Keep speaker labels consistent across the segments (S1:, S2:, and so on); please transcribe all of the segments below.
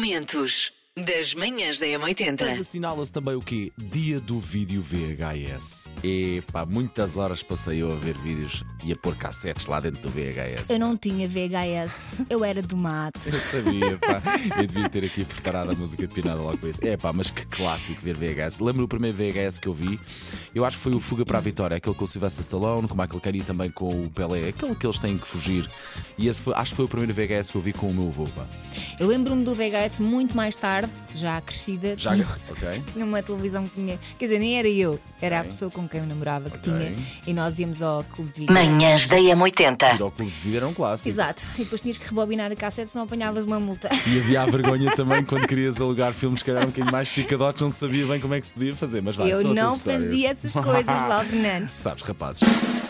S1: Momentos das manhãs da
S2: Mas
S1: M80.
S2: assinala-se também o quê? Dia do vídeo VHS. Epá, muitas horas passei eu a ver vídeos e a pôr cassetes lá dentro do VHS.
S3: Eu não tinha VHS, eu era do mato.
S2: Eu sabia, pá. Eu devia ter aqui preparado a música de Pinada logo com isso. É pá, mas que clássico ver VHS. Lembro o primeiro VHS que eu vi. Eu acho que foi o Fuga para a Vitória, aquele com o Sylvester Stallone, com o Michael Caine e também com o Pelé, aquele que eles têm que fugir. E esse foi- acho que foi o primeiro VHS que eu vi com o meu avô, pá.
S3: Eu lembro-me do VHS muito mais tarde, já crescida.
S2: Já.
S3: Tinha,
S2: Ok.
S3: tinha uma televisão que tinha. Quer dizer, nem era eu, era a pessoa com quem eu namorava que
S2: Ok.
S3: tinha. E nós íamos ao clube de vídeo.
S1: Manhãs da
S2: Ir
S1: M80.
S2: ao clube de vida era um clássico.
S3: Exato. E depois tinhas que rebobinar a cassete, senão apanhavas uma multa.
S2: E havia a vergonha também quando querias alugar filmes que eram um bocadinho mais esticadotes, não sabia bem como é que se podia fazer, mas vai,
S3: eu
S2: são
S3: não
S2: outras histórias.
S3: fazia essas coisas, Val Fernandes.
S2: Sabes, rapazes.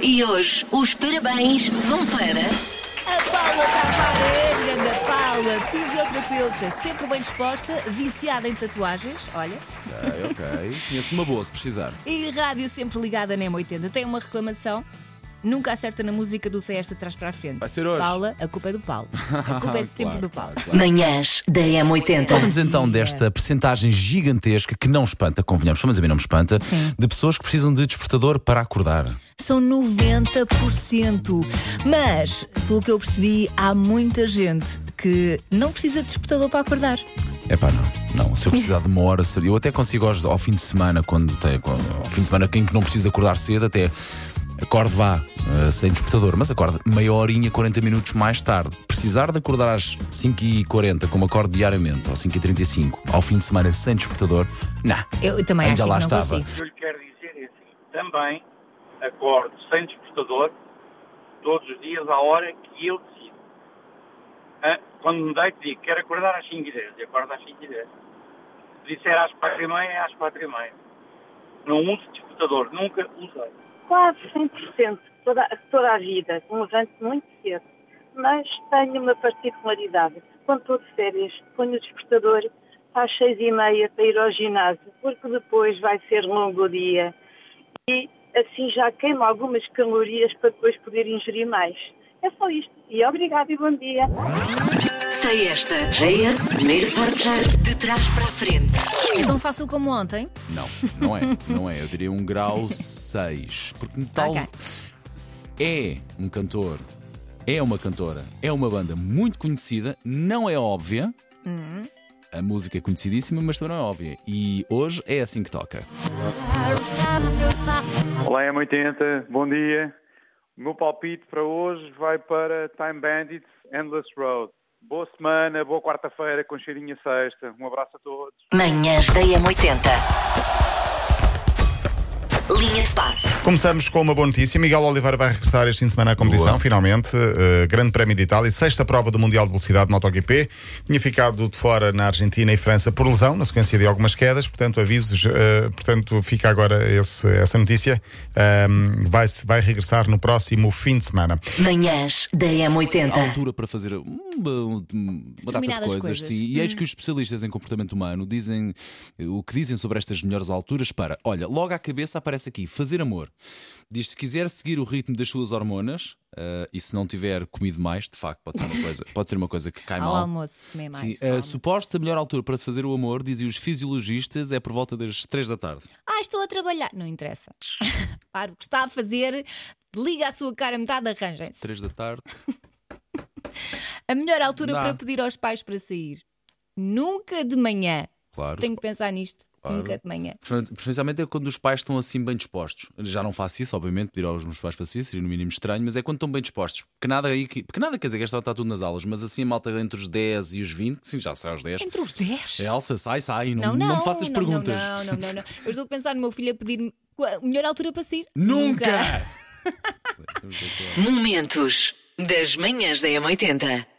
S1: E hoje os parabéns vão para.
S3: A Paula Tavares, grande Paula, fisioterapeuta, sempre bem disposta, viciada em tatuagens, olha.
S2: Ok, ok. Tinha-se uma boa se precisar.
S3: E rádio sempre ligada na M80. Tem uma reclamação. Nunca acerta na música do CS de trás para a frente.
S2: Vai ser hoje.
S3: Paula, a culpa é do Paulo. A culpa é sempre
S2: Claro,
S3: do Paulo.
S2: claro,
S1: Manhãs da M80.
S4: Falamos então desta percentagem gigantesca que não espanta, convenhamos, mas a mim não me espanta, de pessoas que precisam de despertador para acordar.
S3: São 90%. Mas, pelo que eu percebi, há muita gente que não precisa de despertador para acordar.
S4: É pá, não. Não, se eu precisar de uma hora, seria- eu até consigo aos- ao fim de semana, quando tem, ao fim de semana, quem que não precisa acordar cedo, até acorde vá, eh, sem despertador, mas acorde meia horinha, 40 minutos mais tarde. Precisar de acordar às 5h40, como acordo diariamente, ou 5h35, ao fim de semana, sem despertador, não.
S3: Eu, eu também
S4: Ainda
S3: acho que
S4: lá
S3: não
S4: estava.
S3: consigo.
S5: que eu lhe quero dizer é assim, também acordo sem despertador todos os dias à hora que eu decido. Ah, Quando me deito digo, quero acordar às 5 e 10, e acordo às 5 e 10. Se disser às 4 e meia, é às 4 e meia. Não uso despertador, nunca usei.
S6: quase 100%, toda, toda a vida, me levanto muito cedo, mas tenho uma particularidade. Quando estou de férias, ponho o despertador às seis e meia para ir ao ginásio, porque depois vai ser longo o dia e assim já queimo algumas calorias para depois poder ingerir mais. É só isto. E obrigado e bom dia.
S1: Sei esta. JS, primeiro forjar de trás para a frente.
S3: É tão fácil como ontem.
S2: Não, não é, não é. Eu diria um grau 6. Porque tal
S3: Ok.
S2: se é um cantor, é uma cantora, é uma banda muito conhecida, não é óbvia. A música é conhecidíssima, mas também não é óbvia. E hoje é assim que toca.
S7: Olá, M80, bom dia. O meu palpite para hoje vai para Time Bandits Endless Road. Boa semana, boa quarta-feira, com cheirinho a sexta. Um abraço a todos.
S1: Manhãs da M80. Linha de passe.
S8: Começamos com uma boa notícia. Miguel Oliveira vai regressar este fim de semana à competição, finalmente. Uh, grande Prémio de Itália, sexta prova do Mundial de Velocidade MotoGP. Tinha ficado de fora na Argentina e França por lesão, na sequência de algumas quedas, portanto, avisos. uh, portanto, fica agora esse- essa notícia. Um, vai, vai regressar no próximo fim de semana.
S1: Manhãs da
S2: a
S1: M80.
S2: altura para fazer um- um- um- uma data de
S3: É. Determinadas
S2: coisas.
S3: coisas. Hum.
S2: Sim. E eis que os especialistas em comportamento humano dizem o que dizem sobre estas melhores alturas para, olha, logo à cabeça aparece aqui, fazer amor. Diz se quiser seguir o ritmo das suas hormonas ah, e se não tiver comido mais, de facto, pode ser uma coisa, pode ser uma coisa que cai
S3: Ao
S2: mal.
S3: almoço, comer mais.
S2: Sim, é
S3: Ao
S2: a
S3: almoço.
S2: suposta melhor altura para se fazer o amor, dizem os fisiologistas, é por volta das 3 da tarde.
S3: Ah, estou a trabalhar. Não interessa. Para o que está a fazer, liga a sua cara, metade arranjem-se.
S2: 3 da tarde.
S3: A melhor altura
S2: Dá.
S3: para pedir aos pais para sair. Nunca de manhã.
S2: Claro.
S3: Tenho que pensar nisto. Nunca de manhã.
S2: Prefer- Preferencialmente é quando os pais estão assim bem dispostos. Já não faço isso, obviamente, pedir aos meus pais para si seria no mínimo estranho, mas é quando estão bem dispostos. Porque nada aí, que- porque nada quer dizer que esta está tudo nas aulas, mas assim a malta entre os 10 e os 20, sim, já sai aos 10.
S3: Entre os 10?
S2: Elsa, sai, sai, É, não,
S3: Não,
S2: não,
S3: não.
S2: me faças
S3: não,
S2: perguntas.
S3: Não, não, não, não. Eu estou a pensar no meu filho a pedir-me a melhor altura para sair.
S2: Nunca!
S1: Momentos das manhãs da M80.